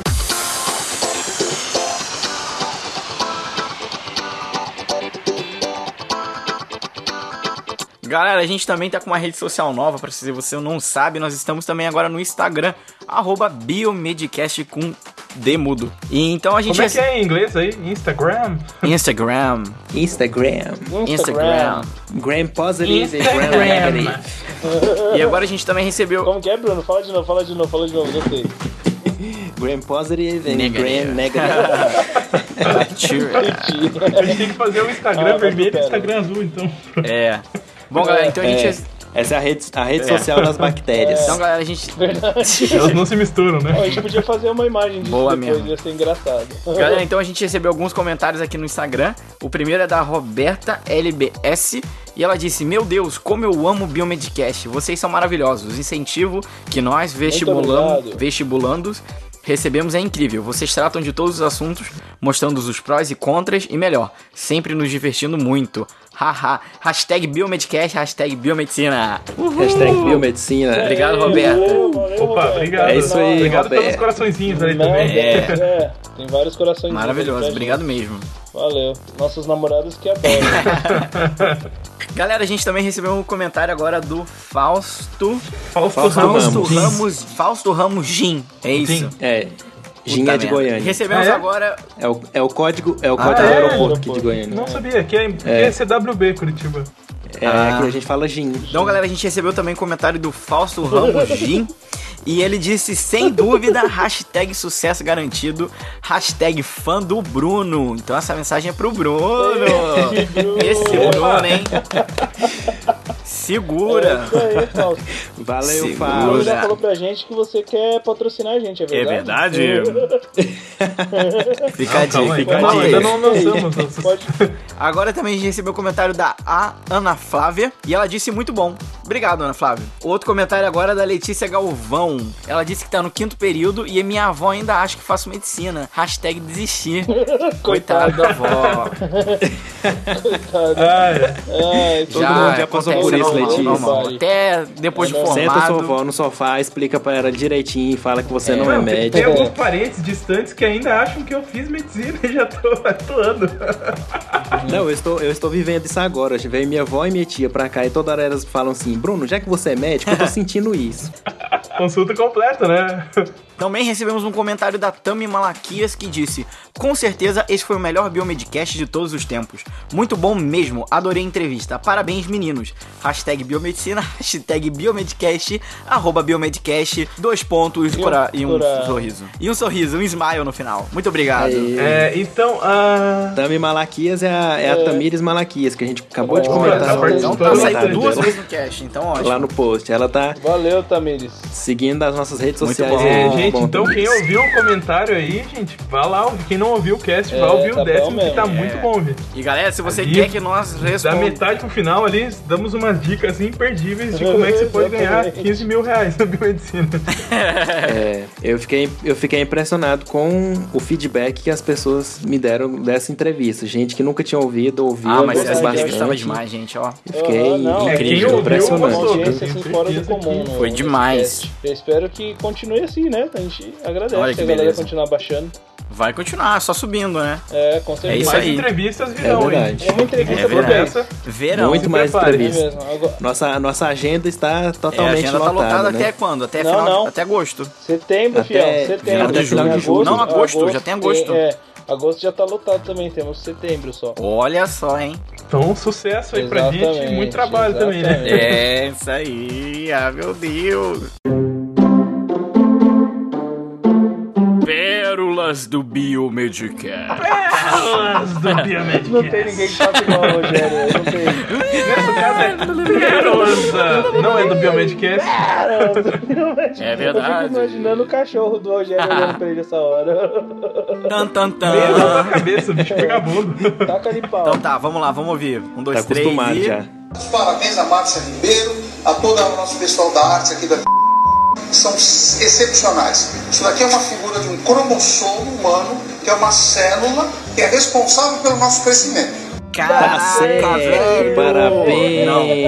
Speaker 3: Galera, a gente também tá com uma rede social nova, pra se você não sabe, nós estamos também agora no Instagram, arroba Biomedcast com D mudo. E então a gente...
Speaker 2: Como é que é em inglês aí? Instagram?
Speaker 3: Instagram,
Speaker 4: Instagram.
Speaker 3: Instagram.
Speaker 4: Gram positive,
Speaker 2: Instagram.
Speaker 4: gram negative.
Speaker 3: E agora a gente também recebeu...
Speaker 1: Como que é, Bruno? Fala de novo, fala de novo, fala de novo, gostei.
Speaker 4: Gram positive and
Speaker 3: Negative.
Speaker 4: gram negative.
Speaker 2: A gente tem que fazer o
Speaker 1: Ah,
Speaker 2: Instagram
Speaker 1: tá
Speaker 2: vermelho e o
Speaker 1: superando.
Speaker 2: Instagram azul, então.
Speaker 3: É. Bom, galera, então a gente...
Speaker 4: Essa é a rede, a rede
Speaker 3: É.
Speaker 4: social das bactérias.
Speaker 3: Então, galera, a gente...
Speaker 2: Elas não se misturam, né?
Speaker 1: Ó, a gente podia fazer uma imagem disso
Speaker 3: Boa
Speaker 1: depois,
Speaker 3: mesmo.
Speaker 1: ia ser engraçado.
Speaker 3: Galera, então a gente recebeu alguns comentários aqui no Instagram. O primeiro é da Roberta LBS. E ela disse: Meu Deus, como eu amo o Biomedcast. Vocês são maravilhosos. Incentivo que nós vestibulamos,
Speaker 1: obrigado.
Speaker 3: vestibulandos recebemos é incrível. Vocês tratam de todos os assuntos, mostrando os prós e contras e melhor, sempre nos divertindo muito. Haha. hashtag Biomedcast, hashtag Biomedicina.
Speaker 4: Hashtag biomedicina.
Speaker 3: Obrigado, Roberto.
Speaker 2: Opa, obrigado.
Speaker 4: É isso aí,
Speaker 2: Obrigado pelos
Speaker 4: Roberto.
Speaker 2: coraçõezinhos ali
Speaker 1: Merda,
Speaker 2: também.
Speaker 1: é. Tem vários corações. né,
Speaker 3: Maravilhoso, obrigado mesmo.
Speaker 1: Valeu. Nossos namorados que adoram.
Speaker 3: Galera, a gente também recebeu um comentário agora do Fausto.
Speaker 2: Fausto,
Speaker 4: Fausto
Speaker 2: Ramos.
Speaker 3: Fausto
Speaker 4: Gin.
Speaker 3: Ramos. Fausto Ramos Gin. É isso.
Speaker 2: Gin.
Speaker 4: É.
Speaker 3: Puta
Speaker 4: Ginha de
Speaker 3: merda. Ah,
Speaker 4: Goiânia.
Speaker 3: Recebemos
Speaker 2: Ah, é?
Speaker 3: agora.
Speaker 4: É o, é o código, é o código
Speaker 2: é?
Speaker 4: do aeroporto aqui de Goiânia.
Speaker 2: Não sabia, aqui é, aqui é CWB Curitiba.
Speaker 4: É,
Speaker 3: Ah.
Speaker 4: aqui a gente fala gin.
Speaker 3: Então, galera, a gente recebeu também um comentário do Fausto Ramos Gin. E ele disse, sem dúvida, hashtag sucesso garantido, hashtag fã do Bruno. Então essa mensagem é pro Bruno. Esse Bruno, hein? Segura.
Speaker 1: É Isso aí, Fausto.
Speaker 4: Valeu,
Speaker 3: Segura.
Speaker 1: Você
Speaker 4: Fábio.
Speaker 1: já falou pra gente que você quer patrocinar a gente, é
Speaker 3: É
Speaker 1: verdade?
Speaker 3: verdade? fica a dica,
Speaker 2: Calma aí,
Speaker 3: fica
Speaker 2: calma
Speaker 3: a
Speaker 2: aí,
Speaker 3: dica.
Speaker 2: ainda não lançamos. nossa.
Speaker 1: Pode
Speaker 3: Agora também a gente recebeu o comentário da A Ana Flávia e ela disse muito bom. Obrigado, Ana Flávia. Outro comentário agora é da Letícia Galvão. Ela disse que tá no quinto período e minha avó ainda acha que faço medicina. Hashtag desistir. Coitado da avó.
Speaker 1: coitado.
Speaker 2: Ah, é.
Speaker 1: Ai, todo
Speaker 4: Já.
Speaker 1: mundo
Speaker 4: já passou
Speaker 3: acontece,
Speaker 4: por isso,
Speaker 3: normal,
Speaker 4: Letícia.
Speaker 3: normal. Até depois de
Speaker 1: É normal.
Speaker 3: formado.
Speaker 4: Senta sua avó no sofá, explica pra ela direitinho, fala que você não é
Speaker 2: Não, tem, tem
Speaker 4: médico.
Speaker 2: alguns parentes distantes que ainda acham que eu fiz medicina e já tô atuando.
Speaker 4: Não, eu estou, eu estou vivendo isso agora. Veio minha avó e minha tia pra cá e toda hora elas falam assim: Bruno, já que você é médico, eu tô sentindo isso.
Speaker 2: Consulta completa, né?
Speaker 3: Também recebemos um comentário da Tami Malaquias que disse: Com certeza esse foi o melhor Biomedcast de todos os tempos. Muito bom mesmo, adorei a entrevista. Parabéns, meninos. Hashtag Biomedicina, hashtag Biomedcast, arroba Biomedcast, dois pontos
Speaker 1: E um
Speaker 3: cora- e um
Speaker 1: cora-
Speaker 3: sorriso. E um sorriso, um smile no final. Muito obrigado.
Speaker 4: Aí.
Speaker 2: É, então, a.
Speaker 4: Tami Malaquias é a, é a Tamires Malaquias, que a gente acabou de
Speaker 1: Olha,
Speaker 4: comentar
Speaker 1: tá
Speaker 4: no
Speaker 2: participando
Speaker 4: comentário
Speaker 2: aí, Verdade,
Speaker 3: Saiu um Então duas
Speaker 4: dela,
Speaker 3: vezes no cast, então ótimo.
Speaker 4: lá no post. Ela tá
Speaker 1: Valeu, Tamires.
Speaker 4: seguindo as nossas redes
Speaker 3: Muito
Speaker 4: sociais.
Speaker 3: bom.
Speaker 2: É,
Speaker 4: Muito
Speaker 2: gente,
Speaker 4: bom,
Speaker 2: então quem
Speaker 4: Tamires.
Speaker 2: ouviu o comentário aí, gente, vá lá. Quem não ouviu o cast, vá
Speaker 1: É,
Speaker 2: ouvir
Speaker 1: tá bom
Speaker 2: o décimo, que
Speaker 1: mesmo.
Speaker 2: tá muito bom, gente.
Speaker 3: E galera, se você
Speaker 2: Ali,
Speaker 3: quer que nós
Speaker 2: Da
Speaker 3: respondamos.
Speaker 2: metade pro final ali, damos umas dicas imperdíveis de como é que você pode ganhar
Speaker 1: Exatamente.
Speaker 2: 15 mil reais na biomedicina.
Speaker 4: É, eu fiquei, eu fiquei impressionado com o feedback que as pessoas me deram dessa entrevista. Gente que nunca tinha ouvido, ouviu,
Speaker 3: Ah, mas
Speaker 4: gostou
Speaker 3: essa
Speaker 1: Verdade,
Speaker 3: entrevista tava
Speaker 4: bastante.
Speaker 3: demais, gente, ó.
Speaker 4: Eu Fiquei
Speaker 1: Aham, Ah, não,
Speaker 2: é, quem
Speaker 4: incrível,
Speaker 2: ouviu,
Speaker 1: Uma
Speaker 2: gostou.
Speaker 4: impressionante.
Speaker 1: audiência assim
Speaker 2: tenho
Speaker 1: fora do
Speaker 2: certeza
Speaker 1: comum.
Speaker 2: que
Speaker 1: no
Speaker 3: foi demais.
Speaker 1: podcast. Eu espero que continue assim, né? A gente agradece
Speaker 3: Olha
Speaker 1: Olha
Speaker 3: que
Speaker 1: que a galera
Speaker 3: beleza.
Speaker 1: continuar baixando.
Speaker 3: Vai continuar, só subindo, né?
Speaker 1: É, com certeza.
Speaker 3: É isso
Speaker 2: Mais
Speaker 3: aí.
Speaker 2: entrevistas virão,
Speaker 4: É
Speaker 2: hein?
Speaker 4: verdade.
Speaker 1: É uma entrevista
Speaker 3: É
Speaker 1: pra
Speaker 3: verdade.
Speaker 1: vocês.
Speaker 3: Verão.
Speaker 4: Muito
Speaker 2: se
Speaker 4: mais
Speaker 2: prepare.
Speaker 1: É
Speaker 4: entrevistas.
Speaker 1: mesmo. Agora,
Speaker 4: Nossa, nossa agenda está
Speaker 3: É, a
Speaker 4: totalmente
Speaker 3: agenda tá
Speaker 4: lotada,
Speaker 3: lotada
Speaker 4: né?
Speaker 3: até quando? Até
Speaker 1: Não,
Speaker 3: final,
Speaker 1: não.
Speaker 3: até agosto.
Speaker 1: Setembro,
Speaker 4: Até
Speaker 1: fiel.
Speaker 3: final
Speaker 1: Setembro.
Speaker 3: de
Speaker 1: Setembro,
Speaker 4: julho.
Speaker 3: Não, agosto, já tem agosto.
Speaker 1: É, é. agosto já tá lotado também, temos setembro só.
Speaker 3: Olha só, hein?
Speaker 2: Então, um sucesso aí pra
Speaker 1: Exatamente,
Speaker 2: gente e muito trabalho também, né?
Speaker 1: exatamente.
Speaker 3: É, isso aí. Ah, meu Deus. Pérolas do Biomedicare.
Speaker 2: Pérolas do Biomedic.
Speaker 1: Não tem ninguém que faça igual, Rogério. eu Não tem.
Speaker 2: Nessa casa é Pérolas. da- Não é do Biomedcast.
Speaker 1: Caramba, não mas-
Speaker 3: É verdade.
Speaker 1: Eu fico imaginando o cachorro do Rogério olhando pra ele essa hora.
Speaker 3: Tan, tan,
Speaker 2: Pega na
Speaker 3: tan.
Speaker 2: tua cabeça, bicho vagabundo.
Speaker 1: Taca ali pau.
Speaker 3: Então tá, vamos lá, vamos ouvir. Um, dois,
Speaker 4: Tá
Speaker 3: três
Speaker 4: acostumado
Speaker 3: e...
Speaker 4: já.
Speaker 6: Parabéns a Márcia Ribeiro, a todo o nosso pessoal da arte aqui da são excepcionais. Isso daqui é uma figura de um cromossomo humano, que é uma célula que é responsável pelo nosso crescimento.
Speaker 3: Ah,
Speaker 4: Tá
Speaker 3: Caraca,
Speaker 4: certo.
Speaker 3: velho.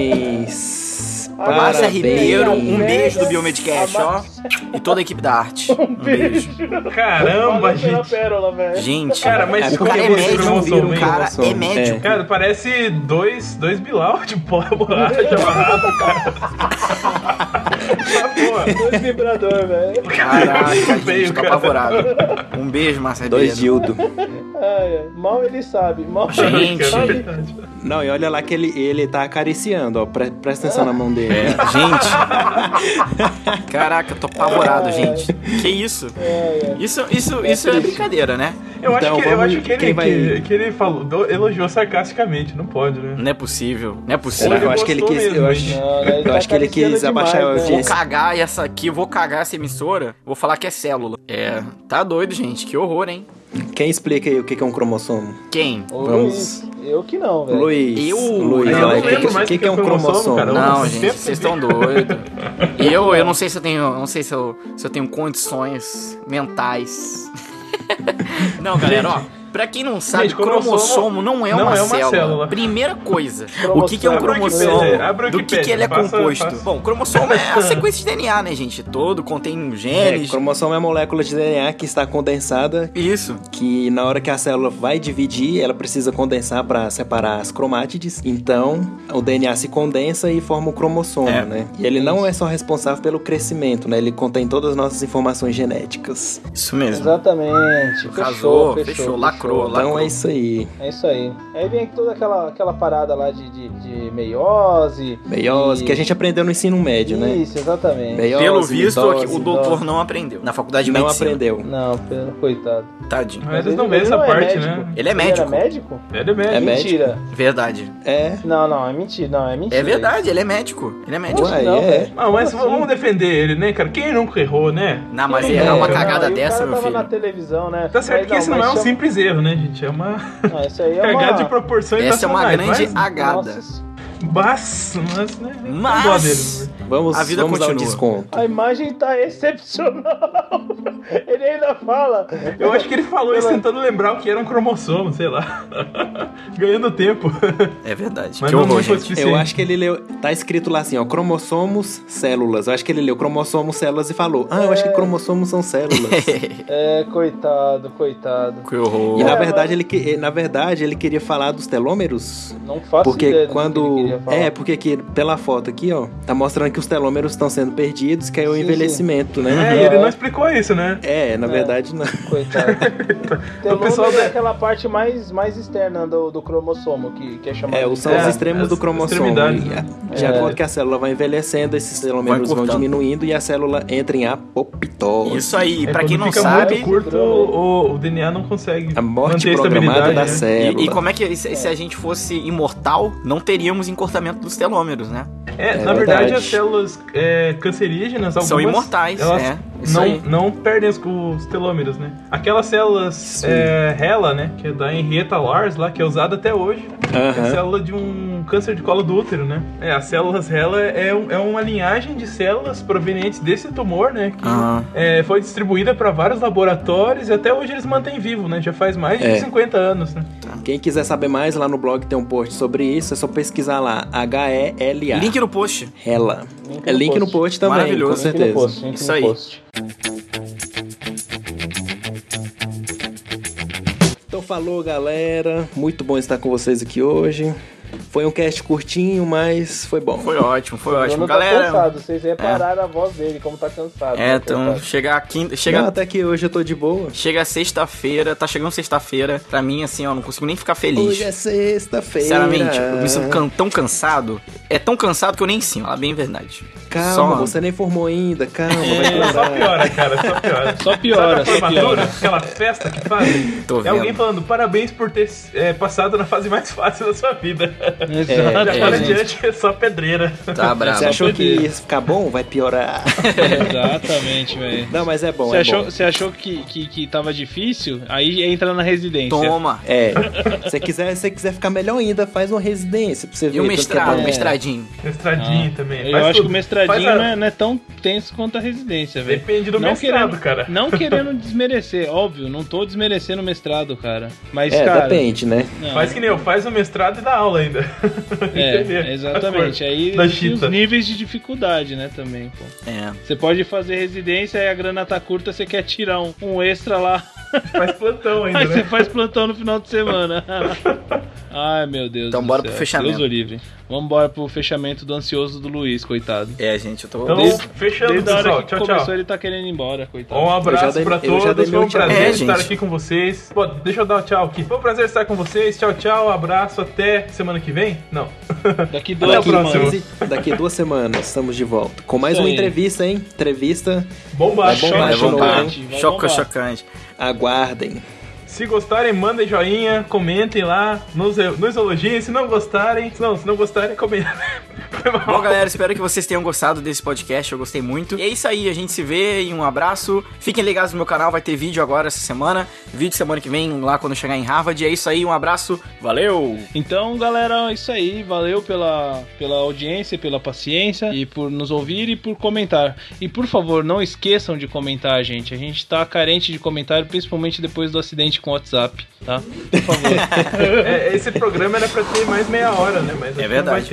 Speaker 4: Parabéns.
Speaker 3: Márcia
Speaker 1: é
Speaker 4: Parabéns.
Speaker 3: Ribeiro, um beijo do Biomedcast, ó. E toda a equipe da arte. Um beijo.
Speaker 1: Valeu
Speaker 2: Caramba,
Speaker 1: pela
Speaker 2: gente.
Speaker 1: pérola, velho.
Speaker 3: Gente,
Speaker 2: Cara, mas
Speaker 4: É,
Speaker 2: como
Speaker 3: o
Speaker 2: que
Speaker 3: cara é
Speaker 2: você
Speaker 3: médico,
Speaker 4: não um
Speaker 2: cromossomo,
Speaker 4: viram,
Speaker 2: hein?
Speaker 3: o cara é
Speaker 4: cromossomo.
Speaker 3: médico.
Speaker 2: um Cara, parece dois, dois Bilal de pó, borracha amarrado, cara. Porra,
Speaker 1: Dois vibrador, velho.
Speaker 3: Caraca, gente,
Speaker 2: feio,
Speaker 3: tô
Speaker 2: cara.
Speaker 3: apavorado. Um beijo, Márcia
Speaker 4: Dois
Speaker 3: Ribeiro.
Speaker 4: dildo.
Speaker 1: Ai, ai. mal ele sabe. Mal
Speaker 3: Gente.
Speaker 1: ele
Speaker 2: cara, é
Speaker 1: sabe.
Speaker 2: verdade.
Speaker 4: Não, e olha lá que ele, ele tá acariciando, ó. Pre- presta atenção na mão dele.
Speaker 3: É. Gente. Caraca, tô apavorado, gente. Que isso? Isso, isso, isso é brincadeira, né?
Speaker 2: Eu,
Speaker 4: Então,
Speaker 2: acho que, eu
Speaker 4: vamos-
Speaker 2: acho que ele,
Speaker 4: quem vai-
Speaker 2: que, que ele falou, do- elogiou sarcasticamente, não pode, né?
Speaker 3: Não é possível. Não é
Speaker 4: Será
Speaker 3: possível.
Speaker 4: que eu acho que ele
Speaker 2: gostou
Speaker 4: quis.
Speaker 2: mesmo,
Speaker 4: eu acho,
Speaker 2: hein?
Speaker 1: Não, ele
Speaker 4: eu
Speaker 1: tá
Speaker 4: acho que ele quis
Speaker 1: acariciando
Speaker 4: abaixar a
Speaker 1: demais, né?
Speaker 3: Vou
Speaker 4: audiência.
Speaker 3: cagar essa aqui, vou cagar essa emissora, vou falar que é célula. É, tá doido, gente, que horror, hein?
Speaker 4: Quem explica aí o que que é um cromossomo?
Speaker 3: Quem?
Speaker 1: Ô,
Speaker 4: Vamos.
Speaker 1: Luiz, eu que não, velho.
Speaker 4: Luiz.
Speaker 3: Eu- Eu
Speaker 4: Luiz,
Speaker 3: não
Speaker 4: olha, o
Speaker 3: lembro
Speaker 4: que, que,
Speaker 2: mais
Speaker 4: que,
Speaker 2: do
Speaker 4: que é um cromossomo?
Speaker 2: cara.
Speaker 3: Não,
Speaker 2: Eu
Speaker 3: gente,
Speaker 2: sempre
Speaker 3: vocês
Speaker 2: vi.
Speaker 3: estão doidos. E eu, eu não sei se eu tenho. Não sei se eu, se eu tenho condições mentais. não, galera, ó. Pra quem não sabe,
Speaker 2: Gente,
Speaker 3: cromossomo,
Speaker 2: cromossomo
Speaker 3: não é uma,
Speaker 2: não é uma
Speaker 3: célula.
Speaker 2: célula.
Speaker 3: Primeira coisa, o que, que é um
Speaker 1: Abre o
Speaker 3: cromossomo?
Speaker 2: Wikipedia, abre o
Speaker 3: Do que, que
Speaker 2: Wikipedia,
Speaker 3: ele é
Speaker 2: faça-
Speaker 3: composto?
Speaker 2: faça.
Speaker 3: Bom, cromossomo é a sequência de DNA, né, gente? Todo contém
Speaker 4: É,
Speaker 3: genes.
Speaker 4: cromossomo é a molécula de DNA que está condensada,
Speaker 3: Isso.
Speaker 4: que na hora que a célula vai dividir, ela precisa condensar para separar as cromátides. Então, o DNA se condensa e forma o cromossomo,
Speaker 3: É.
Speaker 4: né? E ele não é só responsável pelo crescimento, né? Ele contém todas as nossas informações genéticas.
Speaker 3: Isso mesmo.
Speaker 1: Exatamente. Fechou,
Speaker 3: Casou,
Speaker 1: fechou,
Speaker 3: fechou, lacrou,
Speaker 4: Então
Speaker 3: lacrou.
Speaker 4: é isso aí.
Speaker 1: É isso aí. Aí vem toda aquela, aquela parada lá de, de, de meiose.
Speaker 4: Meiose,
Speaker 1: e-
Speaker 4: que a gente aprendeu no ensino médio, né?
Speaker 1: Isso, exatamente.
Speaker 4: Meiose,
Speaker 3: Pelo visto,
Speaker 4: mitose,
Speaker 3: o doutor não aprendeu. Na faculdade de
Speaker 4: não
Speaker 3: medicina.
Speaker 4: aprendeu.
Speaker 1: Não, pelo coitado.
Speaker 3: Tadinho.
Speaker 2: Mas eles não
Speaker 1: ele-
Speaker 2: veem
Speaker 1: ele
Speaker 2: essa
Speaker 1: não é
Speaker 2: parte,
Speaker 1: médico.
Speaker 2: né?
Speaker 3: Ele é
Speaker 1: Ele era
Speaker 3: médico.
Speaker 1: médico?
Speaker 2: Ele é
Speaker 4: É
Speaker 2: médico.
Speaker 4: médico.
Speaker 1: mentira.
Speaker 3: Verdade.
Speaker 4: É.
Speaker 1: Não, não, é mentira. Não, é mentira.
Speaker 3: É verdade, ele é médico. Ele é médico.
Speaker 1: Poxa,
Speaker 4: Ué,
Speaker 1: não,
Speaker 4: é.
Speaker 1: velho.
Speaker 2: Ah, mas
Speaker 1: Como assim?
Speaker 2: vamos defender ele, né, cara? Quem nunca errou, né?
Speaker 3: Não, mas
Speaker 4: Ele
Speaker 3: errar uma
Speaker 4: é,
Speaker 3: cagada
Speaker 1: Não, e
Speaker 3: dessa,
Speaker 1: o cara
Speaker 3: meu
Speaker 1: tava
Speaker 3: filho.
Speaker 1: na televisão, né?
Speaker 2: Tá certo
Speaker 1: Mas
Speaker 2: que isso não
Speaker 1: mas
Speaker 2: é um
Speaker 1: chama-
Speaker 2: simples erro, né, gente? É uma
Speaker 1: Não, isso aí é uma...
Speaker 2: cagada de proporção
Speaker 3: Essa é uma
Speaker 2: internacionais,
Speaker 3: grande
Speaker 2: mas-
Speaker 3: agada.
Speaker 1: Nossa,
Speaker 2: Mas, mas, né? eu
Speaker 3: Mas-
Speaker 2: dou a dele.
Speaker 4: Vamos,
Speaker 3: A vida
Speaker 4: vamos dar um
Speaker 3: continua.
Speaker 4: desconto.
Speaker 1: a imagem tá excepcional. Ele ainda fala.
Speaker 2: Eu acho que ele falou isso tentando lembrar o que era um cromossomo, sei lá. Ganhando tempo.
Speaker 3: É verdade.
Speaker 2: Mas
Speaker 3: que
Speaker 2: não
Speaker 3: horror,
Speaker 2: foi
Speaker 3: gente.
Speaker 2: suficiente.
Speaker 4: Eu acho que ele leu. Tá escrito lá assim, ó, cromossomos, células. Eu acho que ele leu cromossomos, células e falou. Ah, eu acho que cromossomos são células.
Speaker 1: É, coitado, coitado.
Speaker 3: Que horror.
Speaker 4: E na
Speaker 1: É,
Speaker 4: verdade, ele, que- na verdade, ele queria falar dos telômeros.
Speaker 1: Não faço
Speaker 4: Porque
Speaker 1: ideia do
Speaker 4: quando.
Speaker 1: Que ele queria falar.
Speaker 4: É, porque aqui, pela foto aqui, ó, tá mostrando que os telômeros estão sendo perdidos, que é o
Speaker 1: Sim,
Speaker 4: envelhecimento,
Speaker 2: É,
Speaker 4: né?
Speaker 2: e ele não explicou isso, né?
Speaker 4: É, na
Speaker 1: É.
Speaker 4: verdade não.
Speaker 1: Coitado. Telômero
Speaker 2: pessoal
Speaker 1: é
Speaker 2: da-
Speaker 1: aquela parte mais, mais externa do, do cromossomo, que, que é chamada.
Speaker 4: É,
Speaker 1: de
Speaker 4: os- são os
Speaker 2: É,
Speaker 4: extremos
Speaker 2: as
Speaker 4: do cromossomo.
Speaker 2: extremidades,
Speaker 4: E a- De
Speaker 1: É.
Speaker 4: acordo que a célula vai envelhecendo, esses telômeros vão
Speaker 3: cortando.
Speaker 4: diminuindo e a célula entra em apoptose.
Speaker 3: Isso aí,
Speaker 2: É,
Speaker 3: pra
Speaker 2: quando
Speaker 3: quem não
Speaker 2: fica
Speaker 3: sabe.
Speaker 2: muito curto, o, o DNA não consegue
Speaker 4: A morte
Speaker 2: manter a
Speaker 4: programada
Speaker 2: estabilidade.
Speaker 4: da
Speaker 2: né?
Speaker 4: célula.
Speaker 3: E, e como é que se, se a gente fosse imortal, não teríamos encortamento dos telômeros, né?
Speaker 2: É,
Speaker 4: É
Speaker 2: na verdade,
Speaker 4: verdade.
Speaker 2: as células é, cancerígenas, algumas.
Speaker 3: São imortais,
Speaker 2: Elas
Speaker 3: é. Isso
Speaker 2: não,
Speaker 3: aí.
Speaker 2: não perdem os, os telômeros, né? Aquelas células
Speaker 4: Sim.
Speaker 2: é, HeLa, né? Que é da Henrietta Lars, lá, que é usada até hoje. É
Speaker 4: Aham.
Speaker 2: célula de um câncer de colo do útero, né? É, as células HeLa é, um- é uma linhagem de células provenientes desse tumor, né? Que
Speaker 3: Ah.
Speaker 2: é, foi distribuída para vários laboratórios e até hoje eles mantêm vivo, né? Já faz mais de
Speaker 4: É.
Speaker 2: 50 anos, né?
Speaker 4: Quem quiser saber mais, lá no blog tem um post sobre isso. É só pesquisar lá. H-E-L-A.
Speaker 3: Link no post.
Speaker 4: Hela.
Speaker 1: Link
Speaker 4: É
Speaker 1: no
Speaker 4: link no
Speaker 1: post.
Speaker 4: post também,
Speaker 3: Maravilhoso.
Speaker 4: com
Speaker 1: Link no
Speaker 4: certeza.
Speaker 1: post, link
Speaker 3: Isso
Speaker 1: no
Speaker 3: aí.
Speaker 1: post.
Speaker 4: Então falou, galera. Muito bom estar com vocês aqui hoje. Foi um cast curtinho, mas foi bom.
Speaker 3: Foi ótimo, foi
Speaker 1: O
Speaker 3: ótimo.
Speaker 1: Bruno tá
Speaker 3: Galera. um-
Speaker 1: cansado, vocês repararam a voz dele, como tá cansado.
Speaker 3: É,
Speaker 1: Tá
Speaker 3: então,
Speaker 1: cansado.
Speaker 3: chegar quinta.
Speaker 4: Não,
Speaker 3: Chega,
Speaker 4: até que hoje eu tô de boa.
Speaker 3: chega sexta-feira, tá chegando sexta-feira. Pra mim, assim, ó, não consigo nem ficar feliz.
Speaker 4: Hoje é sexta-feira.
Speaker 3: Sinceramente, eu me sinto can- tão cansado. É tão cansado que eu nem sim, fala bem a verdade.
Speaker 4: Calma,
Speaker 3: Só-
Speaker 4: você nem formou ainda. Calma, vai
Speaker 2: É, só
Speaker 4: piorar.
Speaker 2: piora, cara, só piora.
Speaker 1: Só piora,
Speaker 2: Sabe a
Speaker 1: só
Speaker 2: formatura,
Speaker 1: piora.
Speaker 2: aquela festa que fazem?
Speaker 3: Tô
Speaker 2: É
Speaker 3: vendo.
Speaker 2: alguém falando parabéns por ter é, passado na fase mais fácil da sua vida. Já
Speaker 3: é,
Speaker 2: para
Speaker 3: gente.
Speaker 2: adiante é só pedreira.
Speaker 3: Tá bravo.
Speaker 4: Você achou que ia ficar bom? Vai piorar.
Speaker 1: Exatamente, velho.
Speaker 4: Não, mas é bom,
Speaker 1: Você
Speaker 4: é
Speaker 1: achou,
Speaker 4: bom.
Speaker 1: você achou que, que, que tava difícil? Aí entra na residência.
Speaker 3: Toma.
Speaker 4: É. Se você quiser, se você quiser ficar melhor ainda, faz uma residência pra você ver.
Speaker 3: E o
Speaker 4: tanto que é
Speaker 3: mestrado,
Speaker 4: bom.
Speaker 3: mestradinho.
Speaker 2: Mestradinho também.
Speaker 1: Ah. Eu
Speaker 2: faz
Speaker 1: acho
Speaker 2: tudo.
Speaker 1: que o mestradinho
Speaker 2: Faz a-
Speaker 1: não, é, não é tão tenso quanto a residência, velho.
Speaker 2: Depende né? do
Speaker 1: Não
Speaker 2: mestrado,
Speaker 1: querendo-
Speaker 2: cara.
Speaker 1: Não querendo desmerecer, óbvio, não tô desmerecendo o mestrado, cara. Mas,
Speaker 4: É,
Speaker 1: cara.
Speaker 4: depende, né?
Speaker 1: não,
Speaker 2: Faz né? que nem eu, faz o mestrado e dá aula ainda.
Speaker 1: é, exatamente. Aí
Speaker 2: Da
Speaker 1: tem os
Speaker 2: chita.
Speaker 1: níveis de dificuldade, né, também, pô.
Speaker 3: É.
Speaker 1: Você pode fazer residência e a grana tá curta, você quer tirar um, um extra lá.
Speaker 2: Faz plantão ainda,
Speaker 1: Aí você
Speaker 2: né?
Speaker 1: faz plantão no final de semana. Ai, meu Deus.
Speaker 3: Então
Speaker 1: do
Speaker 3: bora
Speaker 1: céu.
Speaker 3: pro fechamento.
Speaker 1: Deus o livre. Vamos bora pro fechamento do ansioso do Luiz, coitado.
Speaker 3: É, gente, eu tô.
Speaker 2: Então,
Speaker 1: Desde-
Speaker 2: fechando,
Speaker 1: Desde a
Speaker 2: pessoal.
Speaker 1: hora que
Speaker 2: Tchau,
Speaker 1: começou,
Speaker 2: tchau.
Speaker 1: ele tá querendo ir embora, coitado.
Speaker 2: Um
Speaker 4: Eu já
Speaker 2: abraço
Speaker 4: dei-
Speaker 2: pra
Speaker 4: eu já dei
Speaker 2: todos, foi
Speaker 4: meu
Speaker 2: um
Speaker 4: tchau.
Speaker 2: prazer
Speaker 3: É,
Speaker 2: estar
Speaker 3: gente.
Speaker 2: aqui com vocês. Bom, deixa eu dar o tchau aqui. Foi um prazer estar com vocês. Tchau, tchau, abraço, até semana que vem? Não.
Speaker 1: Daqui dois
Speaker 2: Até a
Speaker 4: Daqui,
Speaker 1: semanas.
Speaker 2: próxima.
Speaker 4: quinze- daqui duas semanas estamos de volta. Com mais
Speaker 1: Isso
Speaker 4: uma
Speaker 1: aí.
Speaker 4: entrevista, hein? Entrevista,
Speaker 2: Bomba,
Speaker 4: Vai bombar,
Speaker 2: choque,
Speaker 3: Vai
Speaker 4: Vai
Speaker 3: bombar.
Speaker 1: chocante, vai
Speaker 3: Choco
Speaker 1: bombar.
Speaker 3: chocante.
Speaker 4: aguardem.
Speaker 2: Se gostarem, mandem joinha, comentem lá, nos, nos elogiem. Se não gostarem, não, se não gostarem, comentem.
Speaker 3: Bom, galera, espero que vocês tenham gostado desse podcast. Eu gostei muito. E é isso aí, a gente se vê e um abraço. Fiquem ligados no meu canal, vai ter vídeo agora essa semana. Vídeo semana que vem, lá quando chegar em Harvard. E é isso aí, um abraço. Valeu!
Speaker 1: Então, galera, é isso aí. Valeu pela, pela audiência, pela paciência e por nos ouvir e por comentar. E por favor, não esqueçam de comentar, gente. A gente tá carente de comentário, principalmente depois do acidente com o WhatsApp, tá? Por favor.
Speaker 2: É, esse programa era pra ter mais meia hora, né? Mas acho que não vai
Speaker 3: verdade.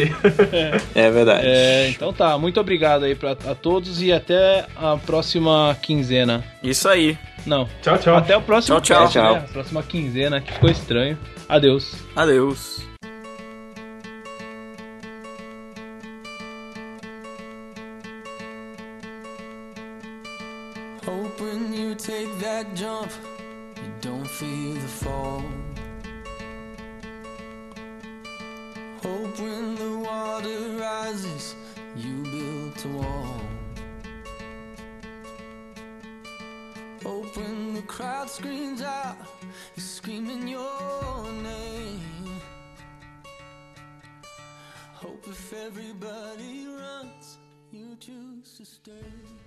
Speaker 2: ter.
Speaker 4: É verdade.
Speaker 1: É, então tá, muito obrigado aí pra, a todos e até a próxima quinzena.
Speaker 3: Isso aí.
Speaker 1: Não,
Speaker 2: Tchau, tchau.
Speaker 1: até o próximo
Speaker 3: Tchau, tchau.
Speaker 1: cast, né?
Speaker 4: Tchau.
Speaker 1: A Próxima quinzena, que ficou estranho. Adeus.
Speaker 3: Adeus.
Speaker 7: Hope when you take that jump, you don't feel the fall. Hope when the water rises, you built a wall. Hope when the crowd screams out, you're screaming your name. Hope if everybody runs, you choose to stay.